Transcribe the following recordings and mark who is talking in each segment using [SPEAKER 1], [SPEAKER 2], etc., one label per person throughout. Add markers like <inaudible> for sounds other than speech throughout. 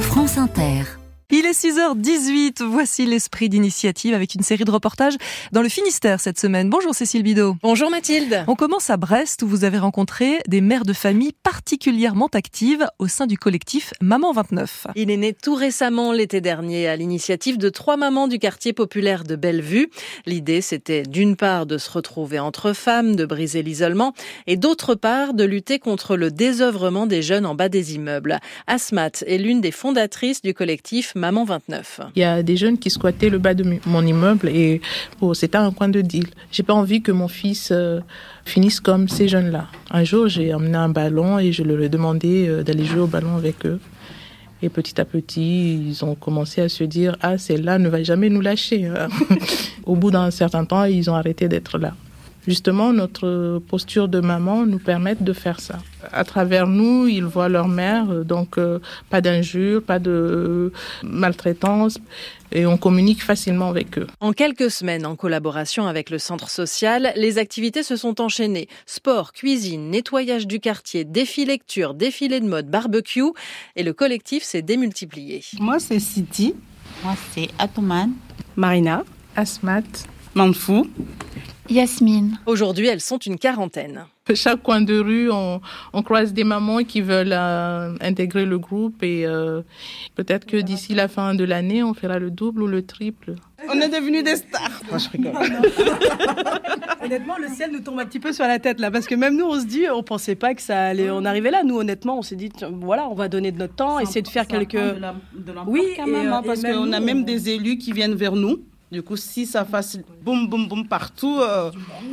[SPEAKER 1] France Inter.
[SPEAKER 2] Il est 6h18, voici l'esprit d'initiative avec une série de reportages dans le Finistère cette semaine. Bonjour Cécile Bidot.
[SPEAKER 3] Bonjour Mathilde.
[SPEAKER 2] On commence à Brest où vous avez rencontré des mères de famille particulièrement actives au sein du collectif Maman 29.
[SPEAKER 3] Il est né tout récemment l'été dernier à l'initiative de trois mamans du quartier populaire de Bellevue. L'idée c'était d'une part de se retrouver entre femmes, de briser l'isolement et d'autre part de lutter contre le désœuvrement des jeunes en bas des immeubles. Asmat est l'une des fondatrices du collectif Maman 29.
[SPEAKER 4] Il y a des jeunes qui squattaient le bas de mon immeuble et oh, c'était un coin de deal. J'ai pas envie que mon fils euh, finisse comme ces jeunes-là. Un jour, j'ai emmené un ballon et je leur ai demandé euh, d'aller jouer au ballon avec eux. Et petit à petit, ils ont commencé à se dire Ah, celle-là ne va jamais nous lâcher. hein. <laughs> au bout d'un certain temps, ils ont arrêté d'être là. Justement, notre posture de maman nous permet de faire ça. À travers nous, ils voient leur mère, donc euh, pas d'injures, pas de euh, maltraitance, et on communique facilement avec eux.
[SPEAKER 3] En quelques semaines, en collaboration avec le centre social, les activités se sont enchaînées. Sport, cuisine, nettoyage du quartier, défi lecture, défilé de mode, barbecue, et le collectif s'est démultiplié.
[SPEAKER 5] Moi, c'est Siti,
[SPEAKER 6] Moi, c'est Atouman,
[SPEAKER 5] Marina,
[SPEAKER 4] Asmat,
[SPEAKER 5] Manfou.
[SPEAKER 6] Yasmine.
[SPEAKER 3] Aujourd'hui, elles sont une quarantaine.
[SPEAKER 4] Chaque coin de rue, on, on croise des mamans qui veulent euh, intégrer le groupe et euh, peut-être que d'ici la fin de l'année, on fera le double ou le triple.
[SPEAKER 5] On est devenus des stars. Oh, je rigole. honnêtement, le ciel nous tombe un petit peu sur la tête là, parce que même nous, on se dit, on pensait pas que ça allait, on arrivait là. Nous, honnêtement, on s'est dit, tiens, voilà, on va donner de notre temps, essayer de faire quelques.
[SPEAKER 7] De la, de oui, quand même, hein,
[SPEAKER 5] parce qu'on a même des élus qui viennent vers nous. Du coup, si ça fasse boum, boum, boum partout, euh,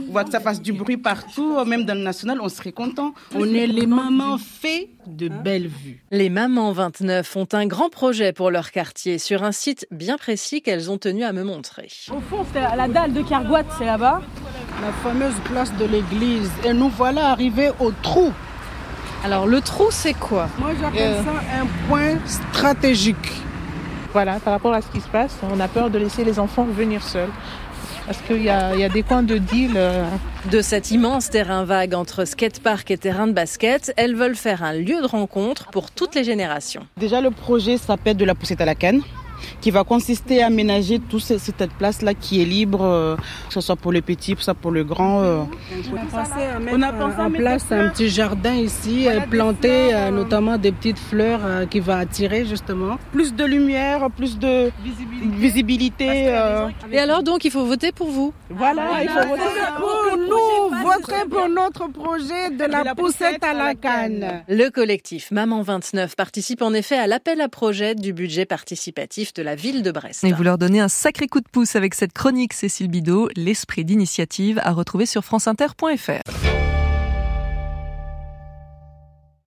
[SPEAKER 5] ou que ça fasse du bruit partout, euh, même dans le national, on serait content.
[SPEAKER 7] On est les mamans fées de
[SPEAKER 5] Hein?
[SPEAKER 7] Bellevue.
[SPEAKER 3] Les mamans 29 ont un grand projet pour leur quartier sur un site bien précis qu'elles ont tenu à me montrer.
[SPEAKER 8] Au fond, c'est la dalle de Carguat, c'est là-bas.
[SPEAKER 7] La fameuse place de l'église. Et nous voilà arrivés au trou.
[SPEAKER 3] Alors, le trou, c'est quoi
[SPEAKER 7] Moi, j'appelle euh... ça un point stratégique
[SPEAKER 4] voilà, par rapport à ce qui se passe, on a peur de laisser les enfants venir seuls. Parce qu'il y, y, a des coins de deal. euh.
[SPEAKER 3] De cet immense terrain vague entre skatepark et terrain de basket, elles veulent faire un lieu de rencontre pour toutes les générations.
[SPEAKER 7] Déjà, le projet s'appelle de la poussette à la canne qui va consister à aménager toute cette place-là qui est libre, euh, que ce soit pour les petits, que ce soit pour le grand. Euh.
[SPEAKER 8] On a pensé à mettre, On a pensé à en place fleurs. un petit jardin ici, voilà, planter des
[SPEAKER 4] euh.
[SPEAKER 8] fleurs, notamment des petites fleurs euh, qui va attirer justement.
[SPEAKER 7] Plus de lumière, plus de visibilité.
[SPEAKER 5] euh,
[SPEAKER 7] visibilité
[SPEAKER 8] euh.
[SPEAKER 3] Et alors donc il faut voter pour vous
[SPEAKER 7] Voilà, ah, il faut voter pour nous, voter pour notre projet de, de la, la poussette à la canne.
[SPEAKER 3] Le collectif Maman 29 participe en effet à l'appel à projet du budget participatif de la ville de Brest.
[SPEAKER 2] Et vous leur donnez un sacré coup de pouce avec cette chronique, Cécile Bidot, l'esprit d'initiative à retrouver sur franceinter.fr.